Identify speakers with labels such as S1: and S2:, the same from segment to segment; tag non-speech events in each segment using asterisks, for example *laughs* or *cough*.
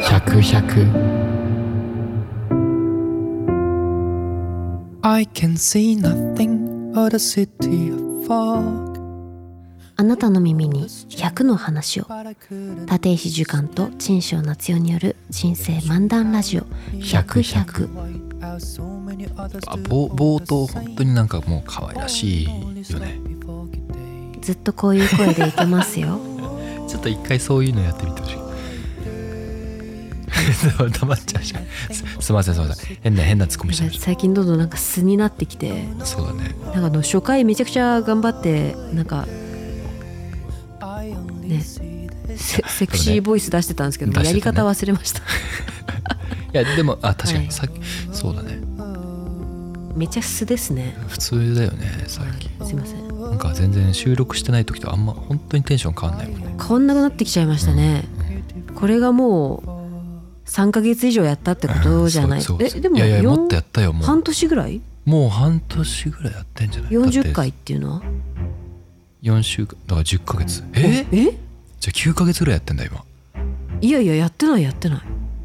S1: 100100100
S2: I can see nothing but a city of fog.
S3: あなたの耳に100の話を
S2: But I couldn't.
S3: 立石寿貫と陳章夏代による人生漫談ラジオ100100
S2: White out so many others
S1: あ
S2: do
S1: 冒
S2: all
S1: 冒
S2: the
S1: 頭
S2: same.
S1: 本当になんかもう可愛らしい
S2: Only
S1: よね
S2: slightly foggy day.
S3: ずっとこういう声でいけますよ
S1: ちょっと一回そういうのやってみてほしい *laughs* 黙っちゃうしかすすいませんすいません変な変なツッコミしてまし
S3: *laughs* 最近どんどんなんか素になってきて
S1: たそうだね
S3: なんかあの初回めちゃくちゃ頑張ってなんか
S2: I only
S3: ね
S2: see this
S3: セセクシーボイス出してたんですけど、
S1: 出してたね
S3: やり方忘れました
S1: いやでもあ確か
S3: は
S1: に
S3: い
S1: さっき、そうだね
S3: めちゃ素ですね
S1: 普通だよね最近
S3: すいません
S1: なんか全然収録してない時とあんま本当にテンション変わんないもんね
S3: 変わんなくなってきちゃいましたね、これがもう3ヶ月以上やったってことじゃない、
S1: そうそう
S3: え
S1: そう
S3: でも
S1: いやいや
S3: よん
S1: もっとやったよも
S3: 半
S1: う
S3: 年ぐらい
S1: もう半年ぐらいやってんじゃない
S3: 40回っていうのは
S1: 4週間だから10ヶ月え
S3: え
S1: じゃあ9ヶ月ぐらいやってんだ今
S3: いやいややってないやってない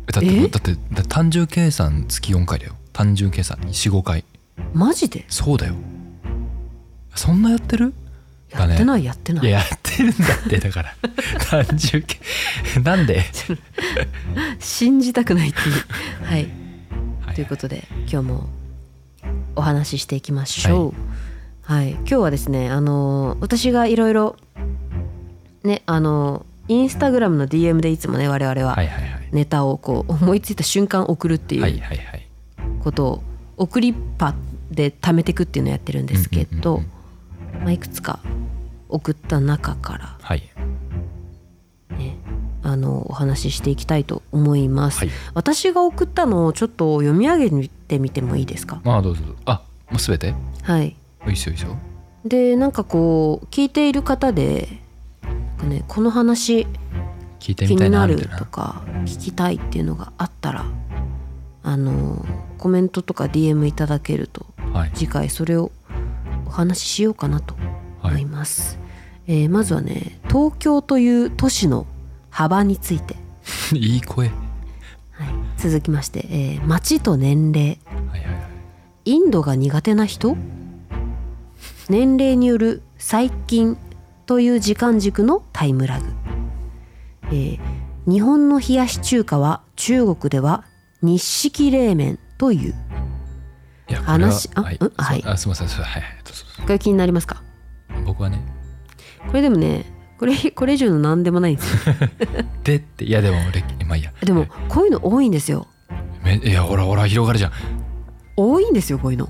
S1: えだって
S3: え
S1: だってだ単純計算月4回だよ単純計算45回
S3: マジで
S1: そうだよそんなやってる
S3: やってないやってない
S1: いややってるんだってだ *laughs* から単純計なんで、
S3: 信じたくないって
S1: *laughs*
S3: いうはい
S1: は
S3: ということで今日もお話ししていきましょうはい、今日はですねあのー私がいろいろねあのーインスタグラムの DM でいつもね我々は
S1: はいはいはい
S3: ネタをこう思いついた瞬間送るってい
S1: は
S3: う
S1: いはいはい
S3: ことを送りっぱで貯めていくっていうのをやってるんですけ
S1: うん
S3: ど
S1: うんうん、
S3: まあ、いくつか送った中か
S1: はい
S3: ら、ね、あのお話ししていきたいと思います、
S1: はい
S3: 私が送ったのをちょっと読み上げてみてもいいですか
S1: まあどうぞどうぞあもうすべて
S3: はい
S1: いいっすよいいっすよ
S3: でなんかこう聞いている方で、なんかね、この話
S1: 聞いて
S3: 気
S1: みた
S3: に
S1: いな
S3: な
S1: みた
S3: る
S1: いな
S3: とか聞きたいっていうのがあったらあのコメントとか DM いただけると
S1: はい
S3: 次回それをお話ししようかなと
S1: は
S3: 思い
S1: い
S3: ます、えーまずはね東京という都市の幅について、
S1: いい声は
S3: はい、続きまして、えー町と年齢
S1: いはいはい
S3: インドが苦手な人年齢による最近という時間軸のタイムラグ、えー日本の冷やし中華は中国では日式冷麺という
S1: いや
S3: 話
S1: これは
S3: あ
S1: はい
S3: うんはい
S1: そうあすみませんそうはいはいどうぞど
S3: これ気になりますか
S1: うぞ僕はね
S3: これでもねこれこれ以上の何でもないんですよ
S1: でっていやでも俺まあいいや
S3: でもこういうの多いんですよ
S1: めいやほらほら広がるじゃん
S3: 多いんですよこういうの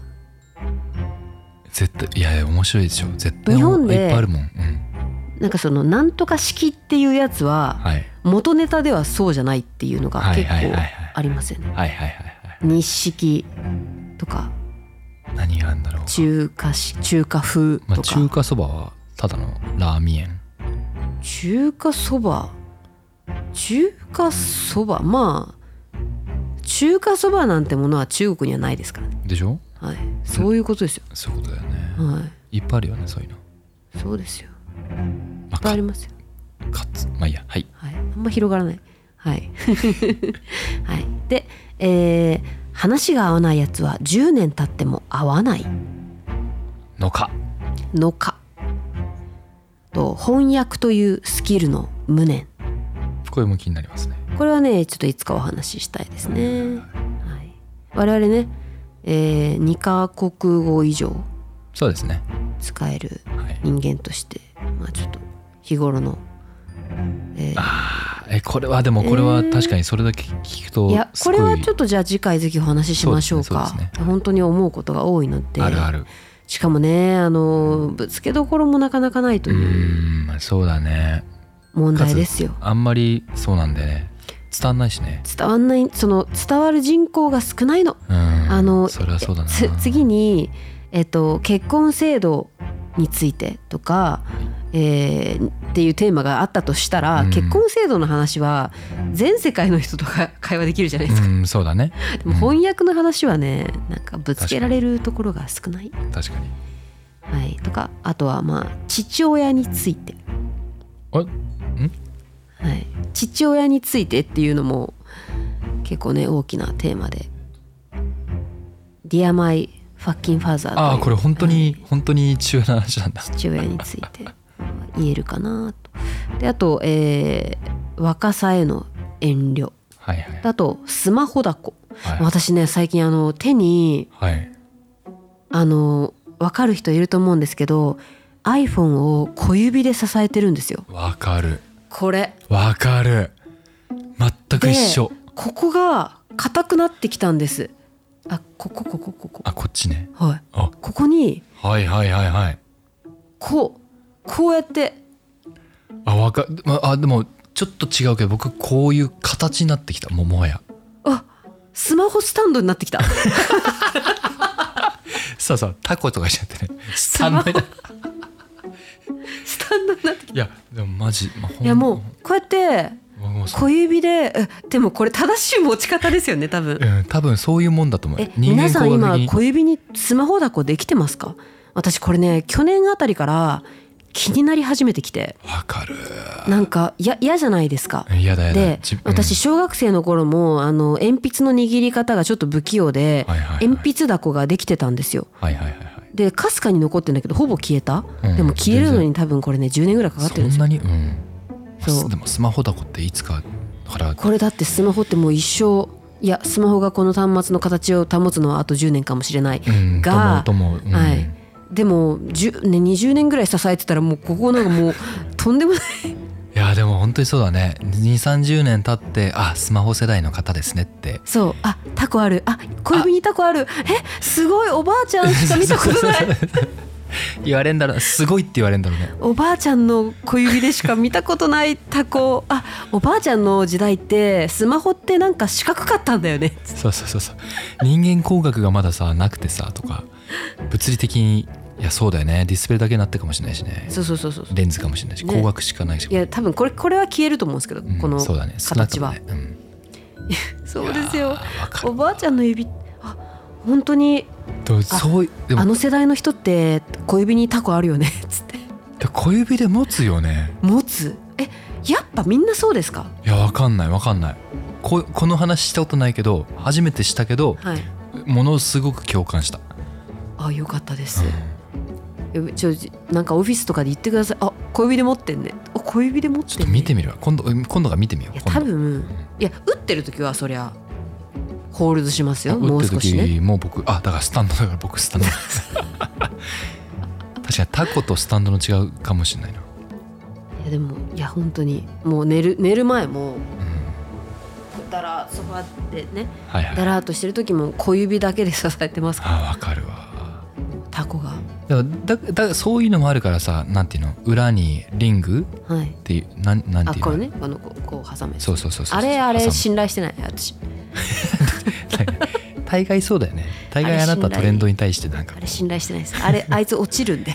S1: 絶対いやいや面白いでしょ絶対
S3: 日本で
S1: いっぱいあるもん、うん、
S3: なんかそのなんとか式っていうやつは
S1: はい
S3: 元ネタではそうじゃないっていうのが
S1: はい
S3: 結
S1: はいはい
S3: 構
S1: はい
S3: ありますよね
S1: はいはいはいは
S3: 日式とか
S1: い何があるんだろう、
S3: 中華し中華風
S1: まあ、
S3: とか、
S1: 中華そばはただのラーミエン
S3: 中華そば中華そばまあ中華そばなんてものは中国にはないですからね、
S1: でしょ
S3: はい、そういうことですよ、
S1: そういうことだよね、
S3: はい
S1: っぱいあるよねそういうの、
S3: い、そうですよ
S1: まあ、
S3: いっぱい
S1: か
S3: ありますよ、
S1: かつまあいいやはい
S3: はい、あんま広がらないはい *laughs* はいでえー話が合わないやつは10年経っても合わない
S1: のか
S3: のかと翻訳というスキルの無念
S1: これも気になりますね
S3: これはねちょっといつかお話ししたいですね、はい、我々ね、え2カ国語以上
S1: そうですね
S3: 使える
S1: はい
S3: 人間として、まあ、ちょっと日頃の、えー
S1: あーえこれはでもこれは確かにそれだけ聞くと
S3: いや
S1: す
S3: こ
S1: ごい
S3: れはちょっとじゃあ次回ぜひお話ししましょうか
S1: そうですねそうで
S3: 本当に思うことが多いので
S1: あるある
S3: しかもねあのぶつけどころもなかなかないと
S1: う
S3: いう
S1: ーんまあそうだね
S3: 問題ですよ。
S1: あんまりそうなんだよね伝わんないしね
S3: 伝わんないその伝わる人口が少ないの
S1: うん
S3: あ
S1: あ
S3: の
S1: それはそうだな
S3: つ次に、えっと、結婚制度についてとか、えーっていうテーマがあったとしたら、
S1: うん
S3: 結婚制度の話は全世界の人とか会話できるじゃないですか、
S1: うんそうだね
S3: でも翻訳の話はねなんかぶつけられるところが少ない、
S1: 確かに
S3: はい、とかあとはまあ父親について、
S1: あ
S3: はい、父親についてっていうのも結構ね大きなテーマで「Dear My Fucking Father という」
S1: ああこれ本当に本当に中な話なんだ
S3: 父親について言えるかなと。であと、えー若さへの遠慮
S1: はいはい
S3: だとスマホだこ、
S1: は
S3: 私ね最近あの手に
S1: い、はい、
S3: あの分かる人いると思うんですけど iPhone を小指で支えてるんですよ
S1: わかる
S3: これ
S1: わかる全く
S3: で
S1: 一緒
S3: ここが硬くなってきたんですあここここここ
S1: あこっちね
S3: はい
S1: あ
S3: ここに
S1: はいはいはいはい
S3: こうこうやって
S1: あわかまあでもちょっと違うけど僕こういう形になってきたもうもはや
S3: あスマホスタンドになってきた
S1: *laughs* さあさあタコとかしちゃってねスタ
S3: タン
S1: ン
S3: ド
S1: ド
S3: スタンドになってき
S1: いやでもマジ、まあ、ほ
S3: た
S1: ん
S3: いやもうこうやって
S1: 僕もそう
S3: 小指でえでもこれ正しい持ち方ですよね多分
S1: うん、多分そういうもんだと思う
S3: え皆さん
S1: 工
S3: 今
S1: 学的に
S3: 小指にスマホだこできてますか私これね去年あたりから気になり始めてきて
S1: わかる
S3: なんかや嫌じゃないですか
S1: いやだやだ
S3: で
S1: じうん
S3: 私小学生の頃もあの鉛筆の握り方がちょっと不器用で
S1: はいはいはい
S3: 鉛筆だこができてたんですよ
S1: はいはいはいはい
S3: でかすかに残ってんだけどほぼ消えた、
S1: うん
S3: でも消えるのに多分これね10年ぐらいかかってるんです
S1: そん
S3: よ
S1: なにうん
S3: そう
S1: でもスマホだこっていつかだから
S3: これだってスマホってもう一生いやスマホがこの端末の形を保つのはあと10年かもしれない、
S1: うん
S3: が
S1: ともとも、うん
S3: はいでも10、ね、20年ぐらい支えてたらもうここなんかもうとんでもない
S1: いやでも本当にそうだね2 3 0年経ってあスマホ世代の方ですねって
S3: そうあタコあるあ小指にタコあるえすごいおばあちゃんしか見たこ
S1: *laughs*
S3: とない
S1: 言われんだろうすごいって言われんだろうね
S3: おばあちゃんの小指でしか見たことないタコあおばあちゃんの時代ってスマホってなんか四角かったんだよね
S1: そうそうそうそう人間工学がまださなくてさとか物理的にいやそうだよねディスプレイだけになってるかもしれないしね
S3: そうそうそうそう
S1: レンズかもしれないし
S3: ね
S1: 光学しかないし、
S3: いや多分これこれは消えると思うんですけど、
S1: うん
S3: この
S1: そうだね
S3: 形は
S1: 少なくともね
S3: そう
S1: うん
S3: です
S1: いや
S3: よ
S1: ーわか
S3: お
S1: る
S3: ばあちゃんの指あ本当に
S1: とそういで
S3: あ
S1: も
S3: の世代の人って小指にタコあるよね *laughs* つって
S1: 小指で持つよね
S3: 持つえやっぱみんなそうですか
S1: いやわかんないわかんないここの話したことないけど初めてしたけど
S3: はい
S1: ものすごく共感した、
S3: あよかったです、えちょじなんかオフィスとかで言ってくださいあ小指で持ってんねあ小指で持ってんね
S1: ちょっと見てみるわ今度うん今度が見てみよ
S3: いうや
S1: 今
S3: 多
S1: 度
S3: 分いや打ってる時はそりゃホールドします
S1: あ
S3: よも
S1: 打
S3: う
S1: ってる
S3: 少しね
S1: 時もう僕あだからスタンドだから僕スタンド *laughs* 確かにタコとスタンドの違うかもしれないな、
S3: いやでもいや本当にもう寝る寝る前も
S1: うん
S3: だらソファでね
S1: はいは
S3: だ
S1: い
S3: らーっとしてる時も小指だけで支えてますから
S1: あわかるわ
S3: タコが
S1: だからだだそういうのもあるからさなんていうの裏にリング
S3: はい
S1: っていうなんなん
S3: あ
S1: ていうの
S3: これねあのこうこう挟め
S1: そうそうそうそう
S3: あれあれ
S1: 挟む
S3: 信頼してない私
S1: 大概そうだよね大概あなたトレンドに対してなんか
S3: あれ信頼してないです
S1: *laughs*
S3: あれあいつ落ちるんで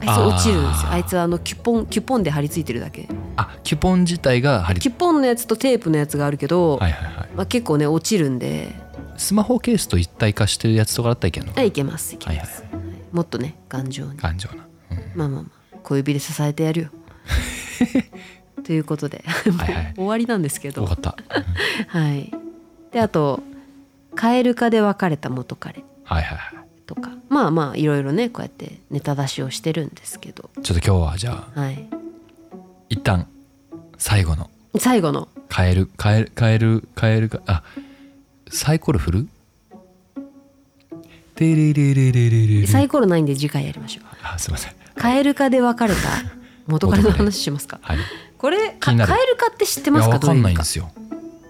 S3: あいつ落ちるんですよ
S1: あー
S3: あいつはあのキュポンキュポンで貼り付いてるだけ
S1: あキュポン自体が貼り
S3: キュポンのやつとテープのやつがあるけど、
S1: はいはいはい
S3: まあ、結構ね落ちるんで
S1: スマホケースと一体化してるやつとかだったらいけんの
S3: あいけますいけます、
S1: は
S3: はいもっとね頑丈に
S1: 頑丈な、うん
S3: まあまあまあ小指で支えてやる
S1: *laughs*
S3: よということでも
S1: はいはいう
S3: *laughs* 終わりなんですけど
S1: よかった、うん
S3: はい、であと「蛙化で別れた元彼
S1: はいはいは」
S3: とかまあまあいろいろねこうやってネタ出しをしてるんですけど、
S1: いちょっと今日はじゃあ
S3: はい、
S1: 一旦最後の
S3: 最後の
S1: 「カエルカエルカエルカエルかあサイコロ振る?」テレレレレレレレ
S3: サイコロないんで次回やりましょう
S1: あすいません
S3: 「蛙化で別
S1: *laughs*
S3: れた元彼」の
S1: 元彼
S3: 話しますか
S1: はいい
S3: これか
S1: 気になる
S3: 蛙化って知ってま
S1: や
S3: すか
S1: わ
S3: ど
S1: か
S3: うい
S1: んな
S3: う
S1: いん
S3: か
S1: ですよ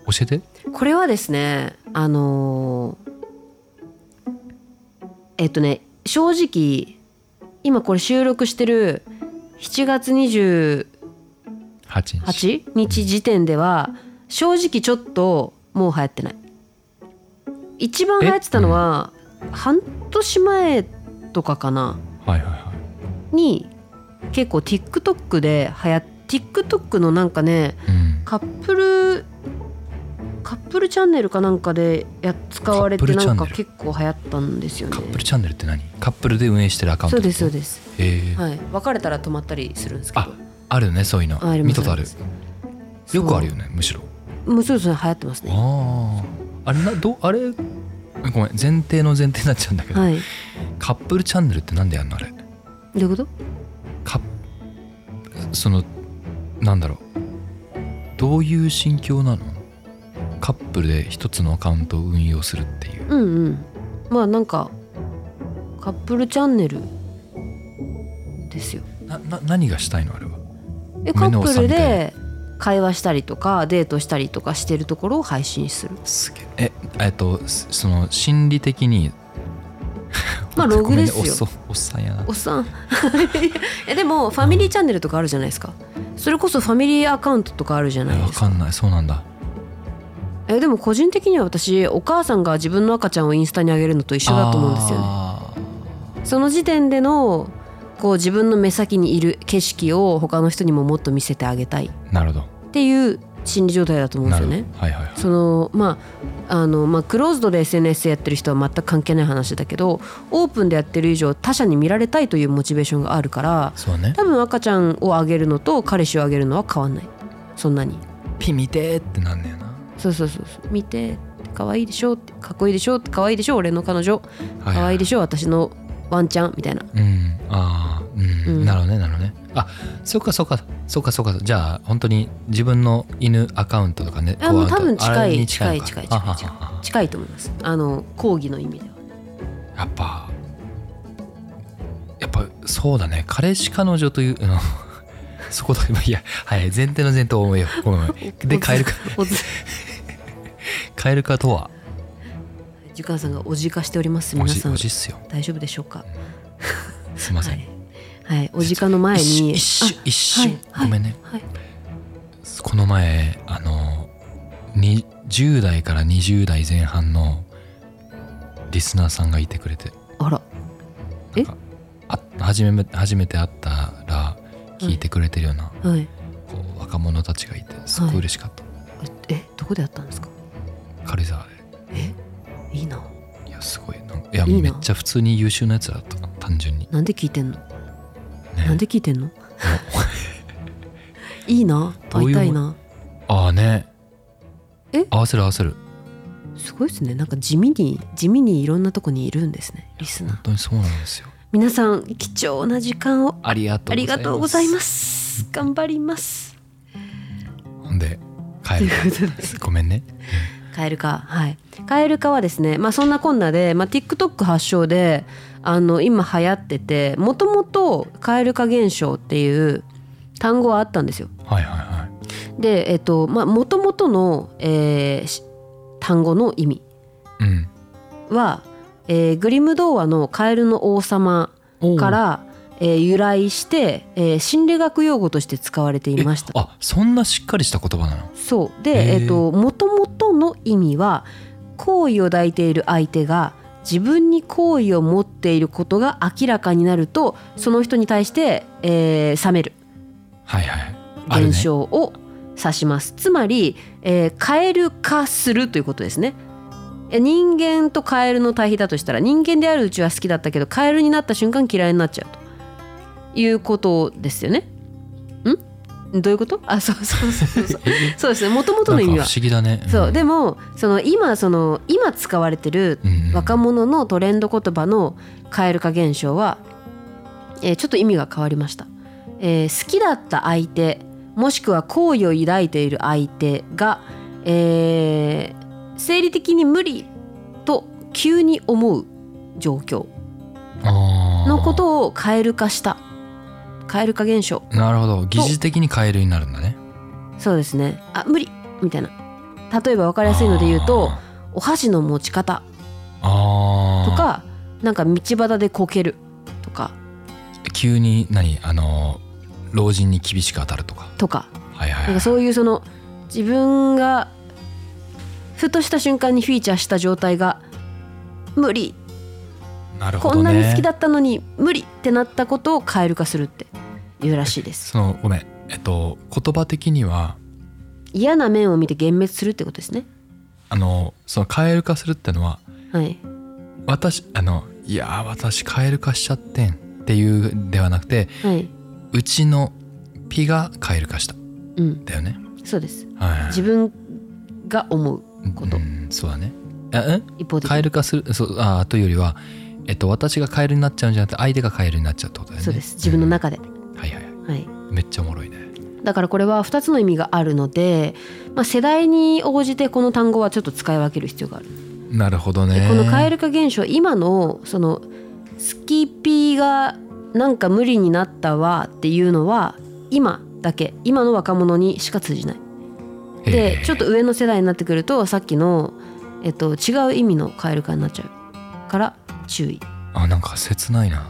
S1: 教えて
S3: これはですねあのーえっとね正直今これ収録してる7月20
S1: 8日
S3: 8日時点では正直ちょっともう流行ってない一番流行ってたのは半年前とかかな
S1: はいはいはい
S3: に結構 TikTok で流行っ TikTok のなんかね
S1: うん
S3: カップルカップルチャンネルかなんかでやっ使われて
S1: カップル
S3: な
S1: チャ
S3: ん
S1: ンネ
S3: か
S1: ル
S3: 結構流行ったんですよね
S1: カップルチャンネルって何カップルで運営してるアカウント
S3: そうですそう
S1: す
S3: です
S1: えー
S3: はい別れたら止まったりするんですけど
S1: あるねそういうの
S3: あります
S1: 見たことある
S3: ります
S1: よくある
S3: そ
S1: よねむしろ
S3: うもうそろそろ流行ってますね。
S1: あああれなどあれごめん前提の前提になっちゃうんだけど、
S3: はい。ど
S1: カップルチャンネルってなんでやんのあれ
S3: ういうこと？
S1: カップそのなんだろうどういう心境なのカップルで一つのアカウントを運用するっていう
S3: うんうん。まあなんかカップルチャンネルですよ。
S1: なな何がしたいのあれは
S3: で
S1: ごめ
S3: カ
S1: んね
S3: ップ
S1: おっさん
S3: ル
S1: みたい
S3: で会話したりとかデートしたりとかしてるところを配信する。
S1: すげえええっとすその心理的に
S3: まあログですよ
S1: ごめんねおっそおっさんやな
S3: おっさん *laughs* いやでもファミリーチャンネルとかあるじゃないですかそれこそファミリーアカウントとかあるじゃない
S1: えわ
S3: ですか
S1: かんないそうなんだ
S3: えでも個人的には私お母さんが自分の赤ちゃんをインスタに上げるのと一緒だと思うんですよね
S1: あ
S3: その時点でのこう自分の目先にいる景色を他の人にももっと見せてあげたいっ
S1: ーなるほど
S3: ていう心理状態だと思うんで
S1: な
S3: す
S1: る
S3: よ
S1: ほど
S3: ね
S1: はいはいはい
S3: そのまああのまあクローズドで SNS やってる人は全く関係ない話だけどオープンでやってる以上他者に見られたいというモチベーションがあるから
S1: そうだね
S3: 多分赤ちゃんをあげるのと彼氏をあげるのは変わんないそんなに
S1: ピ見てーってなんねやな
S3: そうそうそうそう見て可愛いでしょかっこいいでしょ可愛いでしょ俺の彼
S1: は
S3: 女
S1: いはい
S3: 可愛いでしょ私のワンちゃんみたいな
S1: うんああうん、
S3: うん
S1: なるほどねなるほどねあそっかそっかそっかそっかじゃあ本当に自分の犬アカウントとかね
S3: あもう
S1: こ
S3: 多
S1: アウ
S3: 分
S1: ントあ
S3: 近
S1: れに
S3: い近い
S1: のか
S3: 近い近い近い
S1: あはは
S3: 近いと思いますあの講義の意味では
S1: やっぱやっぱそうだね彼氏彼女というあの *laughs* そことまあいやはい前提の前提を思えよごめんごめんで変えるか
S3: おず
S1: 変えるかとは
S3: 時間さんがおじかしております
S1: お
S3: 皆
S1: じ
S3: さ
S1: お
S3: ん
S1: じっすよ
S3: 大丈夫でしょうか
S1: すいませ
S3: は
S1: ん、
S3: い、はい、おじかの前に
S1: 一瞬一瞬、
S3: あはい
S1: ごめんね
S3: はい
S1: この前あのに10代から20代前半のリスナーさんがいてくれて
S3: あら
S1: なんかあ初めめ初めて会ったら聞いてくれてるような、
S3: はい
S1: こう若者たちがいてすごい嬉しかった、
S3: えどこでやったんですか
S1: 軽井沢で
S3: えいいない
S1: やすごいなんかいや
S3: いい
S1: め
S3: な
S1: っちゃ普通に優秀なやつらだった単純に
S3: なんで聞いてんの
S1: ね
S3: なんで聞いて
S1: *laughs*
S3: んのいいな
S1: どうい
S3: 会
S1: う
S3: いたいな
S1: ああね
S3: え
S1: 合わせる合わせる
S3: すごいですねなんか地味に地味にいろんなとこにいるんですねリスナ
S1: 本
S3: ー
S1: 当にそうなんですよ
S3: 皆さん貴重な時間を
S1: ありがとう
S3: ありがとうございますす頑張ります
S1: ほんで帰
S3: と
S1: る
S3: いうことで
S1: ごめんね
S3: カエル化はいカエル化はですねまあそんなこんなで、まあ、TikTok 発祥であの今流行っててもともとカエル化現象っていう単語はあったんですよ
S1: はいはいはい
S3: でえっとまあもともとの、えーし単語の意味
S1: うん
S3: は、えーグリム童話の「カエルの王様」から、えー由来して、えー心理学用語として使われていました。
S1: あそんなしっかりした言葉なの
S3: そう
S1: へ
S3: で、え
S1: ー
S3: ー、と元々の意味は好意を抱いている相手が自分に好意を持っていることが明らかになるとその人に対して、えー冷める
S1: はいはいあるね
S3: 現象を指します、つまり、えーカエル化するということですねいや人間とカエルの対比だとしたら人間であるうちは好きだったけどカエルになった瞬間嫌いになっちゃうということですよねんどういうことあそうそうそ
S1: *laughs*
S3: うそうそうですねもともとの意味
S1: なん
S3: は
S1: か不思議だね
S3: そうで
S1: も、
S3: もその今その今使われてる
S1: うんうん
S3: 若者のトレンド言葉の蛙化現象は、えーちょっと意味が変わりました、えー好きだった相手もしくは好意を抱いている相手が、えー生理的に無理と急に思う状況
S1: あー
S3: のことを蛙化した蛙化現象
S1: なるほど疑似的にカエルになるんだね
S3: そうですねあ無理みたいな例えば分かりやすいので言うと
S1: あ
S3: お箸の持ち方
S1: ーあー
S3: とかなんか道端でこけるとか
S1: 急に何あの老人に厳しく当たるとか
S3: とか
S1: はいはい、はい、
S3: なんかそういうその自分がふとした瞬間にフィーチャーした状態が無理
S1: なるほ
S3: こ
S1: ど
S3: ん
S1: ね
S3: なに好きだったのに無理ってなったことを蛙化するっていうらしいです
S1: そのごめんえっと言葉的には
S3: 嫌な面を見て幻滅するってことですね
S1: あのそのカエル化するってのは
S3: はい
S1: 私あのいやー私カエル化しちゃってんっていうではなくて
S3: はいう
S1: ちのピがカエル化した
S3: うん
S1: だよね
S3: そうです
S1: はいはい
S3: 自分が思うこと、
S1: うんそうだねあうん
S3: 一方的に
S1: カエル化するそうあというよりはえっと私がカエルになっちゃうんじゃなくて相手がカエルになっちゃうってことだよね
S3: そうです自分の
S1: うん
S3: 中で、
S1: はいはいはい
S3: はい、
S1: めっちゃおもろいね
S3: だからこれは2つの意味があるので、まあ、世代に応じてこの単語はちょっと使い分ける必要がある、
S1: なるほどね
S3: この
S1: カエル
S3: 蛙化現象今のそのスキピーがなんか無理になったわっていうのは今だけ今の若者にしか通じないでちょっと上の世代になってくるとさっきの、えっと、違う意味の蛙化になっちゃうから注意
S1: あなんか切ないな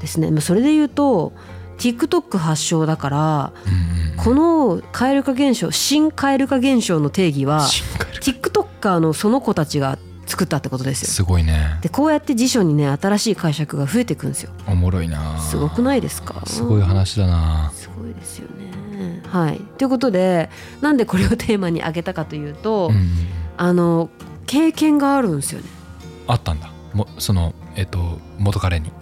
S3: ですねまあそれで言うと TikTok 発祥だから
S1: うんうん
S3: この蛙化現象新蛙化現象の定義は
S1: シンガル
S3: TikToker のその子たちが作ったってことですよ
S1: すごいね
S3: でこうやって辞書にね新しい解釈が増えていくんですよ
S1: おもろいな
S3: すごくないですか
S1: すごい話だな
S3: すごいですよねはいということでなんでこれをテーマに挙げたかというと、
S1: うん
S3: あの経験があるんですよね
S1: あったんだもそのえっと元彼に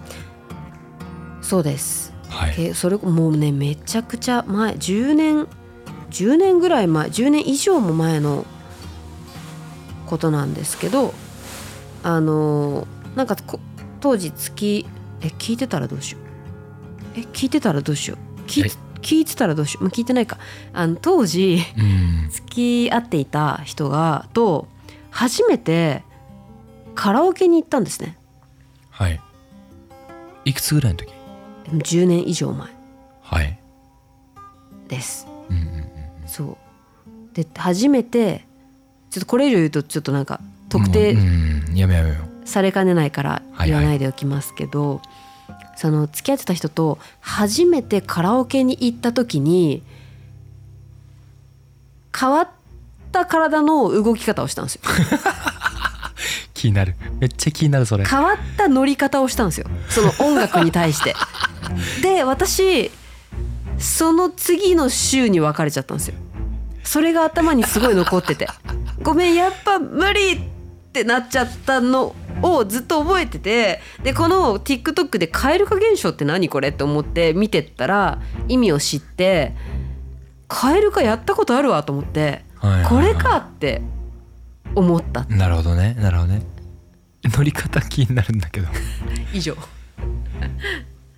S3: そうです
S1: はい
S3: けそれもうねめちゃくちゃ前10年10年ぐらい前10年以上も前のことなんですけどあのーなんかこ当時月え聞いてたらどうしようえ聞いてたらどうしよう聞い
S1: え
S3: 聞いてたらどうしよう、まあ、聞いてないかあの当時
S1: うん
S3: 付き合っていた人がと初めてカラオケに行ったんですね
S1: はいいくつぐらいの時
S3: 10年以上前
S1: はい
S3: です
S1: うんうんうん
S3: そうで初めてちょっとこれ以上言うとちょっとなんか特
S1: もう
S3: 定
S1: うんやめやめよ
S3: されかねないから
S1: はい
S3: 言わないでおきますけど、その付き合ってた人と初めてカラオケに行った時に変わった体の動き方をしたんですよ
S1: 気になるめっちゃ気になるそれ
S3: 変わった乗り方をしたんですよその音楽に対して
S1: *laughs*
S3: で私その次の週に別れちゃったんですよそれが頭にすごい残って *laughs* て「ごめんやっぱ無理!」ってなっちゃったのをずっと覚えててでこの TikTok で「蛙化現象って何これ?」って思って見てったら意味を知って「蛙化やったことあるわ」と思って
S1: はいはい
S3: 「
S1: はい
S3: これか!」って思った
S1: なるほどねなるほどね乗り方気になるんだけどい
S3: 以上。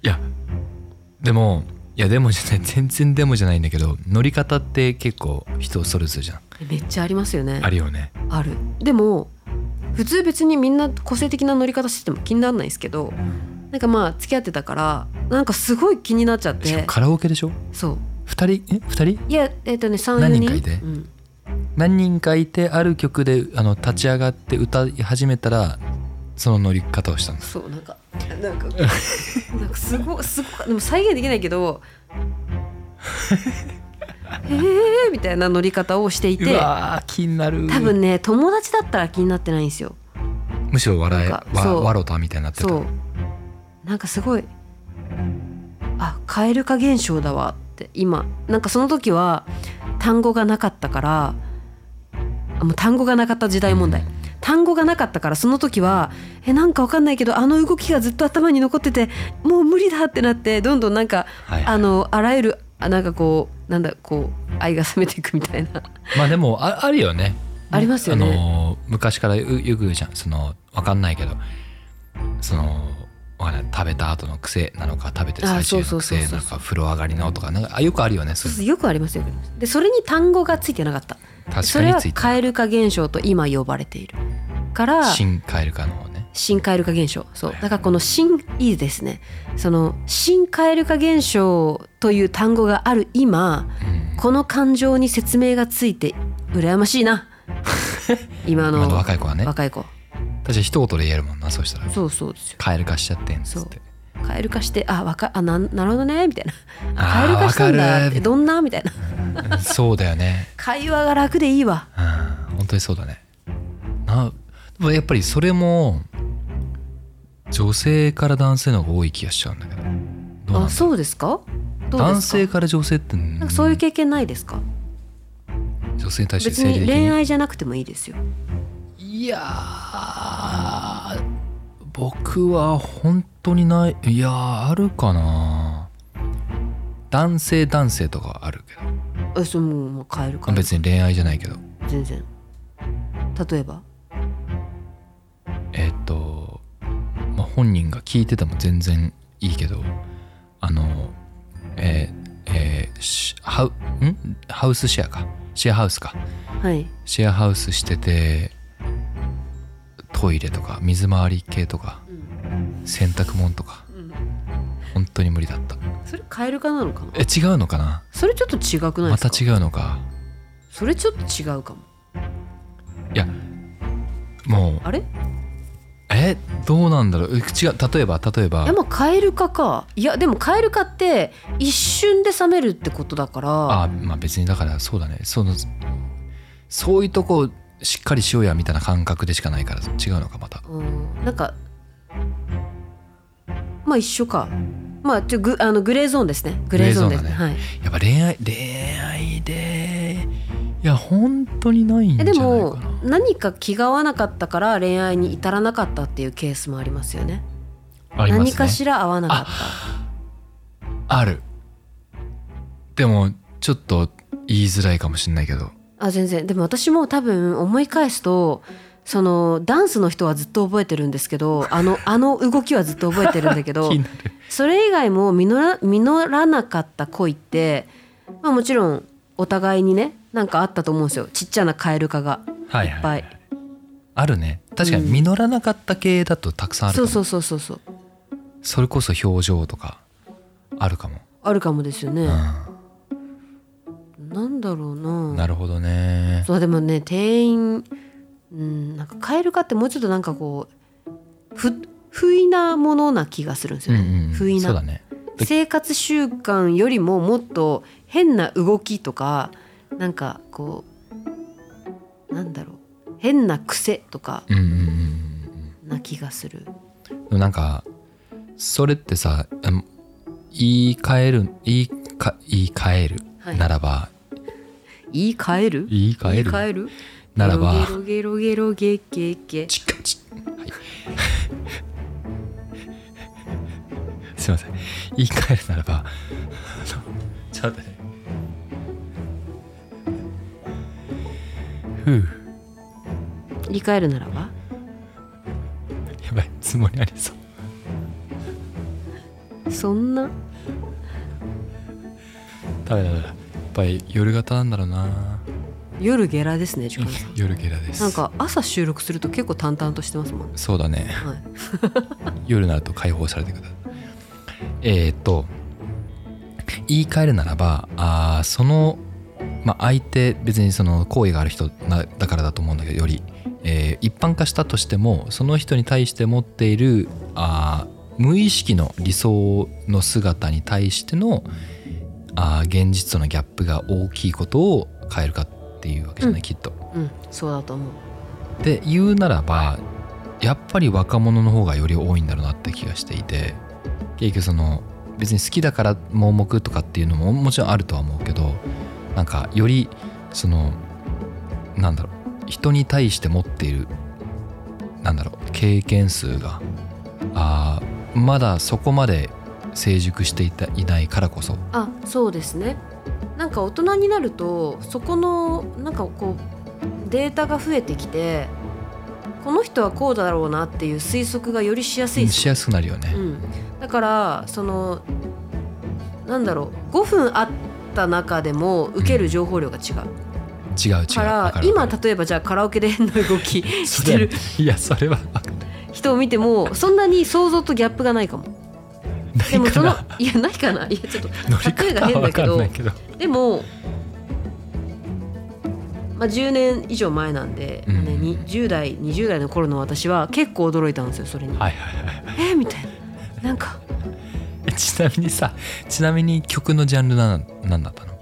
S1: やでもいやでもじゃない全然でもじゃないんだけど乗り方って結構人それぞれじゃん
S3: めっちゃありますよね
S1: あるよね
S3: あるでも普通別にみんな個性的な乗り方してても気にならないですけどなんかまあ付き合ってたからなんかすごい気になっちゃっ
S1: しかも
S3: て
S1: カラオケでしょ
S3: そう
S1: 二人え二人
S3: いやえっ、とね34
S1: 何人
S3: 人
S1: かいて
S3: うん、
S1: 何人かいてある曲であの立ち上がって歌い始めたらその乗り方をしたんです
S3: そうなんかなんかなんかすごすごでも再現できないけど「えー」みたいな乗り方をしていうて
S1: わー気になる
S3: 多分ね友達だったら気になってないんですよ
S1: むしろ笑え
S3: なん
S1: わ
S3: かそう
S1: 笑うたみたいになってた
S3: そうなんかすごいあ蛙化現象だわって今なんかその時は単語がなかったからあもう単語がなかった時代問題、単語がなかったからその時はえなんかわかんないけどあの動きがずっと頭に残っててもう無理だってなってどんどんなんか、
S1: はいはい
S3: あのあらゆるあなんかこうなんだこう愛が冷めていくみたいな
S1: まあでもああるよね
S3: ありますよね
S1: あのー昔からよよく言うじゃんそのわかんないけどそのわかんない食べた後の癖なのか食べてる最中
S3: あそ
S1: の
S3: うそうそう
S1: 癖
S3: そ
S1: な
S3: う
S1: のか風呂上がりのとかなんかあよくあるよねそ
S3: そう
S1: う
S3: そうよくありますよでそれに単語がついてなかった
S1: 確
S3: そ
S1: か
S3: れ
S1: に
S3: は
S1: ついて
S3: 蛙化現象と今呼ばれているから
S1: 新カエル化の方ね
S3: 新蛙化現象そう
S1: はい
S3: だからこの「新」いいですねその「新蛙化現象」という単語がある今
S1: うん
S3: この感情に説明がついて羨まし
S1: *laughs*
S3: いな今の
S1: 今の若い子はね
S3: 若い子
S1: 確かに一言で言えるもんなそうしたら
S3: そうそうですよ
S1: カエル化しちゃってんっつって
S3: 蛙化して「あ若あなんなるほどね」みたいな「あ
S1: あー
S3: 蛙化したん
S1: わか
S3: だ」
S1: る
S3: ってどんなみたいな
S1: うんそうだよね
S3: 会話が楽でいいわ
S1: うん本当にそうだねなでもやっぱりそれも女性から男性の方が多い気がしちゃうんだけどどうなん
S3: あ
S1: だ
S3: そうですかどうで
S1: 男
S3: すか
S1: 性から女性って
S3: な
S1: なん
S3: かそういう経験ないですか
S1: 女性に対して
S3: 別
S1: 生理
S3: に
S1: 的
S3: 恋
S1: に
S3: 愛じゃなくてもいいですよ
S1: いやー僕は本当にないいやーあるかな男性男性とかはあるけど
S3: えそれもうまあ変えるから
S1: 別に恋愛じゃないけど
S3: 全然例えば
S1: えっと、まあ、本人が聞いてても全然いいけどあのえーえーしハウんハウスシェアかシェアハウスか
S3: はい
S1: シェアハウスしててトイレとか水回り系とか洗濯物とか本当に無理だった
S3: それカエル化なのかな
S1: え違うのかな
S3: それちょっと違くないで
S1: ます
S3: か
S1: た違うのか
S3: それちょっと違うかも
S1: いやもう
S3: あれい
S1: えどうなんだろうえ違う例えば例えば
S3: やまあカエル化かいやでもカエル化って一瞬で冷めるってことだから
S1: あまあ別にだからそうだねそのそういうとこしっかりしようやみたいな感覚でしかないから違うのかまた
S3: うんなんかまあ一緒かまあちょグあのグレーゾーンですねグレーゾーンですね
S1: グレーゾーンだ
S3: はい
S1: やっぱ恋愛恋愛でいや本当にないんじ
S3: え
S1: ゃ
S3: で
S1: ないか
S3: も
S1: な
S3: 何か気が合わなかったから恋愛に至らなかったっていうケースもありますよね
S1: ありますね
S3: 何かしら合わなかった
S1: あるでもちょっと言いづらいかもしれないけど
S3: あ全然でも私も多分思い返すとそのダンスの人はずっと覚えてるんですけど
S1: *laughs*
S3: あのあの動きはずっと覚えてるんだけど
S1: 気になる
S3: それ以外も実ら実らなかった恋って、まあ、もちろんお互いにねなんかあったと思うんですよちっちゃなカエル化が
S1: はい
S3: いっ
S1: は
S3: ぱ
S1: い
S3: い
S1: あるね確かに実らなかった系だとたくさんあるか
S3: そ
S1: も
S3: うそうそうそうそう
S1: それこそ表情とかあるかも、
S3: あるかもですよ
S1: う、
S3: ね、なんだろうんな
S1: なるほどね
S3: そうでもね店員うんなんかカエル化ってもうちょっとなんかこうふ不意なものな気がするんです
S1: う
S3: よ
S1: んう
S3: ね、
S1: ん
S3: 不
S1: う
S3: 意
S1: んそう
S3: な、
S1: だね
S3: 生活習慣よりももっと変な動きとかなんかこうなんだろう変な癖とか
S1: うんうんうんうん
S3: な気がする
S1: でもなんかそれってさあの言い換える言いか言い換える
S3: はい
S1: ならば、
S3: 言い換える
S1: 言い換える
S3: 言い換える
S1: ならば
S3: ゲロゲロゲロゲゲゲ
S1: ちっかちっはい *laughs* すいません言い換えるならばあのちょっと待ってねふう
S3: 言い換えるならば
S1: やばいつもりありそう
S3: そんな
S1: ダメだダメだやっぱり夜型なんだろうな
S3: 夜ゲラですね時間さん
S1: 夜ゲラです
S3: なんか朝収録すると結構淡々としてますもん。
S1: そうだね
S3: はい。
S1: 夜になると解放されてくださいえー、っと言い換えるならばあーその、まあ、相手別にその好意がある人なだからだと思うんだけどより、えー一般化したとしてもその人に対して持っているあー無意識の理想の姿に対してのあー現実とのギャップが大きいことを変えるかっていうわけじゃない、
S3: うん
S1: きっと。
S3: うん、そうだと思う。
S1: で言うならばやっぱり若者の方がより多いんだろうなって気がしていて結局その別に好きだから盲目とかっていうのももちろんあるとは思うけどなんかよりそのなんだろう人に対して持っているなんだろう経験数があーまだそこまで成熟していたいないからこそ
S3: あ、そうですね。なんか大人になるとそこのなんかこうデータが増えてきて、この人はこうだろうなっていう推測がよりしやすいです
S1: しやすくなるよね。
S3: うん。だからそのなんだろう、5分あった中でも受ける情報量が違う。
S1: 違う違う。
S3: か
S1: わ
S3: ら
S1: かるわ
S3: 今
S1: か
S3: 例えばじゃあカラオケで変な
S1: *laughs*
S3: 動き
S1: る
S3: してる
S1: いやそれはわかんない
S3: 人を見てもそんなに想像とギャップがないかも。
S1: *laughs* ない
S3: でも
S1: か
S3: その
S1: ら
S3: いやないかないやちょっ
S1: 乗り
S3: 例
S1: 方
S3: えが
S1: は
S3: 変
S1: 分
S3: だけ
S1: か
S3: ど
S1: んないけど。
S3: とでも、まあ、10年以上前なんで、
S1: うん
S3: ね、に10代20代の頃の私は結構驚いたんですよそれに。
S1: *laughs* はいはいはい
S3: えー、みたいななんか
S1: え。ちなみにさ、ちなみに曲のジャンルななんだったの？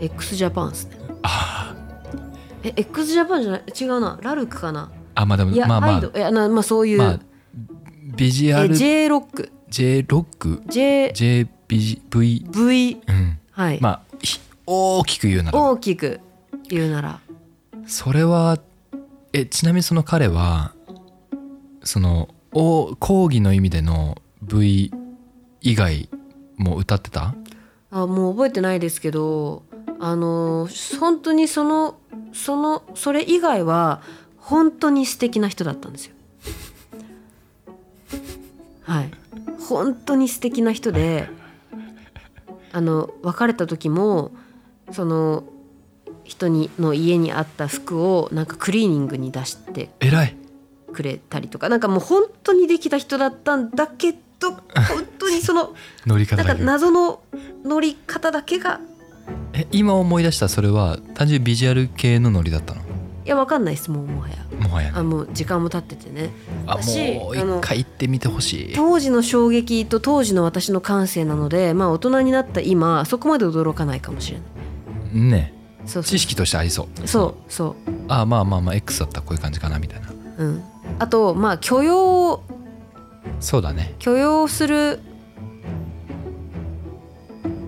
S3: x ジャパンですね。
S1: あ
S3: え x ジャパンじゃない違うなラルクかな
S1: ーあ、まあでも
S3: いや、
S1: まあ
S3: ア
S1: ま
S3: イ
S1: あ
S3: ドいやなまあそういう、
S1: まあビジュア
S3: え
S1: ル
S3: J ロック
S1: J ロック
S3: JV
S1: J B V うん
S3: はい、
S1: まあひ大きく言うなら
S3: 大きく言うなら
S1: それはえちなみにその彼はそのお講義の意味での V 以外も歌ってた？
S3: あもう覚えてないですけどあのー本当にそのそのそれ以外は本当に素敵な人だったんですよ。はい、本当に素敵な人で、あの別れた時もその人にの家にあった服をなんかクリーニングに出して
S1: 偉い
S3: くれたりとかなんかもう本当にできた人だったんだけど本当にその
S1: 乗り方
S3: なん
S1: が
S3: か謎の乗り方だけが
S1: え今思い出したそれは単純にビジュアル系のノリだったの
S3: いやわかんないですもうもはや
S1: もはやね
S3: あもう時間も経っててね
S1: あ
S3: 私
S1: もう
S3: あの
S1: 一回行ってみてほしい
S3: 当時の衝撃と当時の私の感性なのでまあ大人になった今そこまで驚かないかもしれない
S1: ね
S3: そうそう
S1: 知識としてありそう
S3: そうそ
S1: あまあまあまあ X だったらこういう感じかなみたいな
S3: ううんあとまあ許容を
S1: そうだね
S3: 許容する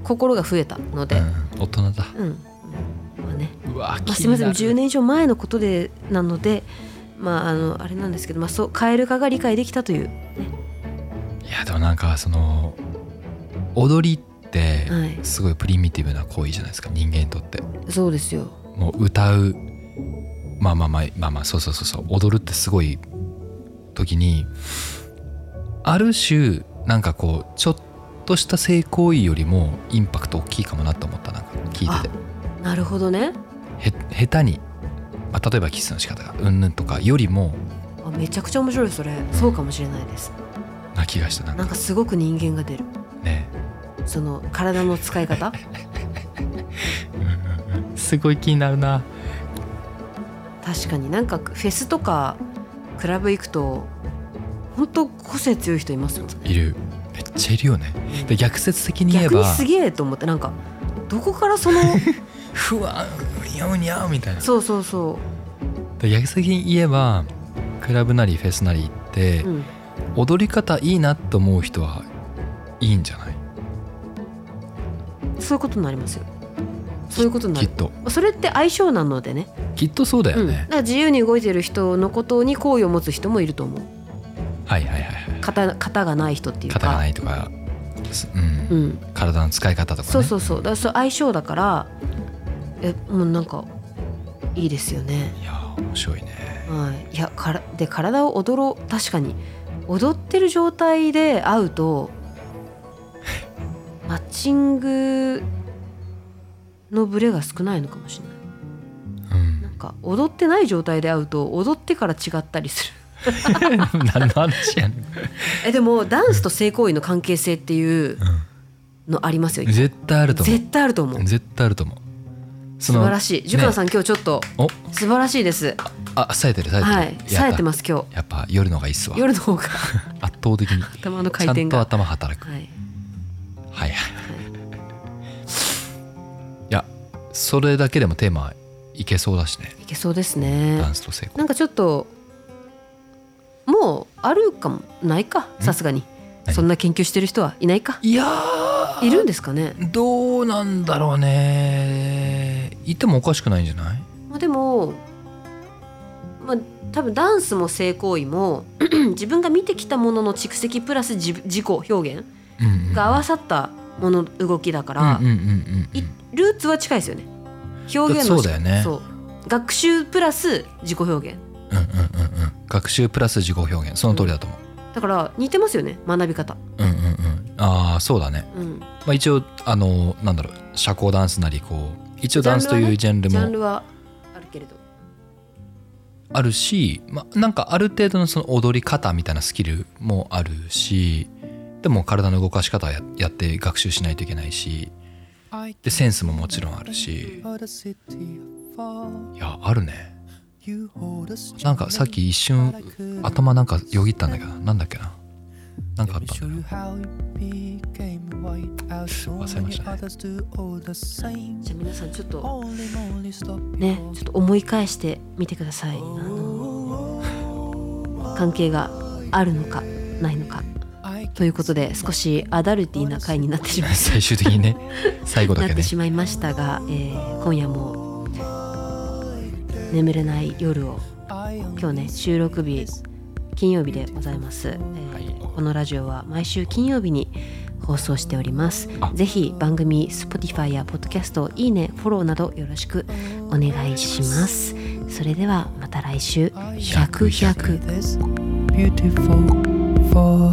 S3: 心が増えたの
S1: う
S3: で
S1: ん大人だ
S3: うん、まあね
S1: うわ
S3: まあ、すみません10
S1: 10
S3: 年以上前のことでなのでまああのあれなんですけど、まあ、そうカエル化が理解できたという、
S1: いやでもなんかその踊りって
S3: はい、
S1: すごいプリミティブな行為じゃないですか人間にとって
S3: そうですよ
S1: もう歌うまあまあまあまあまあそうそうそうそう踊るってすごい時にある種なんかこうちょっとした性行為よりもインパクト大きいかもなと思ったなんか聞いてて
S3: なるほどね
S1: へ下手に、まあ、例えばキスの仕方がうんぬんとかよりも
S3: あめちゃくちゃ面白いそれそうかもしれないです
S1: な気がしたなん
S3: なん
S1: か
S3: かすごく人間が出る
S1: ね、
S3: その体の使
S1: *laughs*
S3: い方
S1: すごい気になるな
S3: 確かになんかフェスとかクラブ行くと本当個性強い人いますもんね
S1: いるめっちゃいるよねで逆説的に言え
S3: 逆
S1: ば
S3: にすげえと思ってなんかどこか
S1: *laughs*
S3: らその
S1: 不安にゃうにゃうみたいな
S3: そうそうそ
S1: で逆先に言えばクラブなりフェスなり行って、
S3: う、うん、
S1: 踊り方いいなと思う人はいいんじゃない
S3: そういうことになりますよそういうことにな
S1: き
S3: る
S1: っと
S3: それって相性なのでね
S1: きっとそうだよ
S3: うん、だ
S1: ね
S3: か、ら自由に動いてる人のことに好意を持つ人もいると思う
S1: はいはいはいはい
S3: 型型がない人っていうか
S1: 肩がないとか、すうん
S3: うん、
S1: 体の使い方とかね
S3: そうそうそうだからそう相性だからえもうなんかいいですよね、
S1: いやー面白いね
S3: はい、いやからで体を踊ろう確かに踊ってる状態で会う *laughs* とマッチングのブレが少ないのかもしれないうなん
S1: ん *laughs*
S3: か踊ってない状態で会うと踊ってから違ったりする
S1: 何の話やねん、
S3: *laughs* えでもダンスと性行為の関係性っていうのありますよ
S1: うん、絶対あると思う
S3: 絶対あると思う
S1: 絶対あると思う
S3: 素晴らしいジュカンさん、今日ちょっと
S1: お
S3: 素晴らしいです
S1: あ冴えてる冴えてる、
S3: はい冴えて
S1: ま
S3: ます今日
S1: やっぱ夜の方がいいっすわ
S3: 夜の方が
S1: 圧倒的に
S3: 頭の回
S1: ちゃ
S3: 転
S1: んと
S3: が
S1: 頭働く
S3: はい
S1: はいはい *laughs* いやそれだけでもテーマいけそうだしね
S3: いけそうですね
S1: ダンスと成功
S3: なんかちょっともうあるかもないかさすがに
S1: 何
S3: そんな研究してる人はいないか
S1: いや
S3: いるんですかね
S1: どうなんだろうねいてもおかしくないんじゃない
S3: まあ、でも、まあ、多分ダンスも性行為も *clears throat* 自分が見てきたものの蓄積プラス自自己表現
S1: うんうん
S3: が合わさったもの動きだか
S1: う
S3: ら、
S1: んうんうんうん
S3: いルーツは近いですよね表現の
S1: そうだよね
S3: そう学習プラス自己表現
S1: うんうんうんうん学習プラス自己表現その通りだと思う、
S3: だから似てますよね学び方、
S1: うん、うんうんああそうだね、
S3: うん、
S1: まあ、一応あのなんだろう社交ダンスなりこう一応ダンスというジャンル
S3: ジャン
S1: も
S3: ルはあるけれど
S1: あるし、まあ、なんかある程度のその踊り方みたいなスキルもあるしでも体の動かし方はややって学習しないといけないしでセンスももちろんあるし
S2: Or the city of all
S1: いやあるね
S2: you hold us
S1: なんかさっき一瞬頭なんかよぎったんだけどなんだっけななんかあっ
S2: Let
S1: たん
S2: me show
S1: だよ
S2: you how you became white out so
S1: 忘れまし
S2: many
S1: たね
S2: others do all the same
S3: じゃあ皆さんちょっと
S2: Only only stop
S3: ねちょっと思い返してみてくださいあの関係があるのかないのか
S2: I
S3: ということで少しアダルティーな回になってしま
S1: *laughs*
S3: い
S1: 最終的にね最後だ
S3: な
S1: け
S3: って
S1: ね
S3: しまいましたが、えー今夜も眠れない夜を
S2: I
S3: 今日ね収録日金曜日でございます、えーこのラジオは毎週金曜日に放送しております
S1: あ
S3: ぜひ番組 Spotify や Podcast いいねフォローなどよろしくお願いしますそれではまた来週100 100
S2: This beautiful for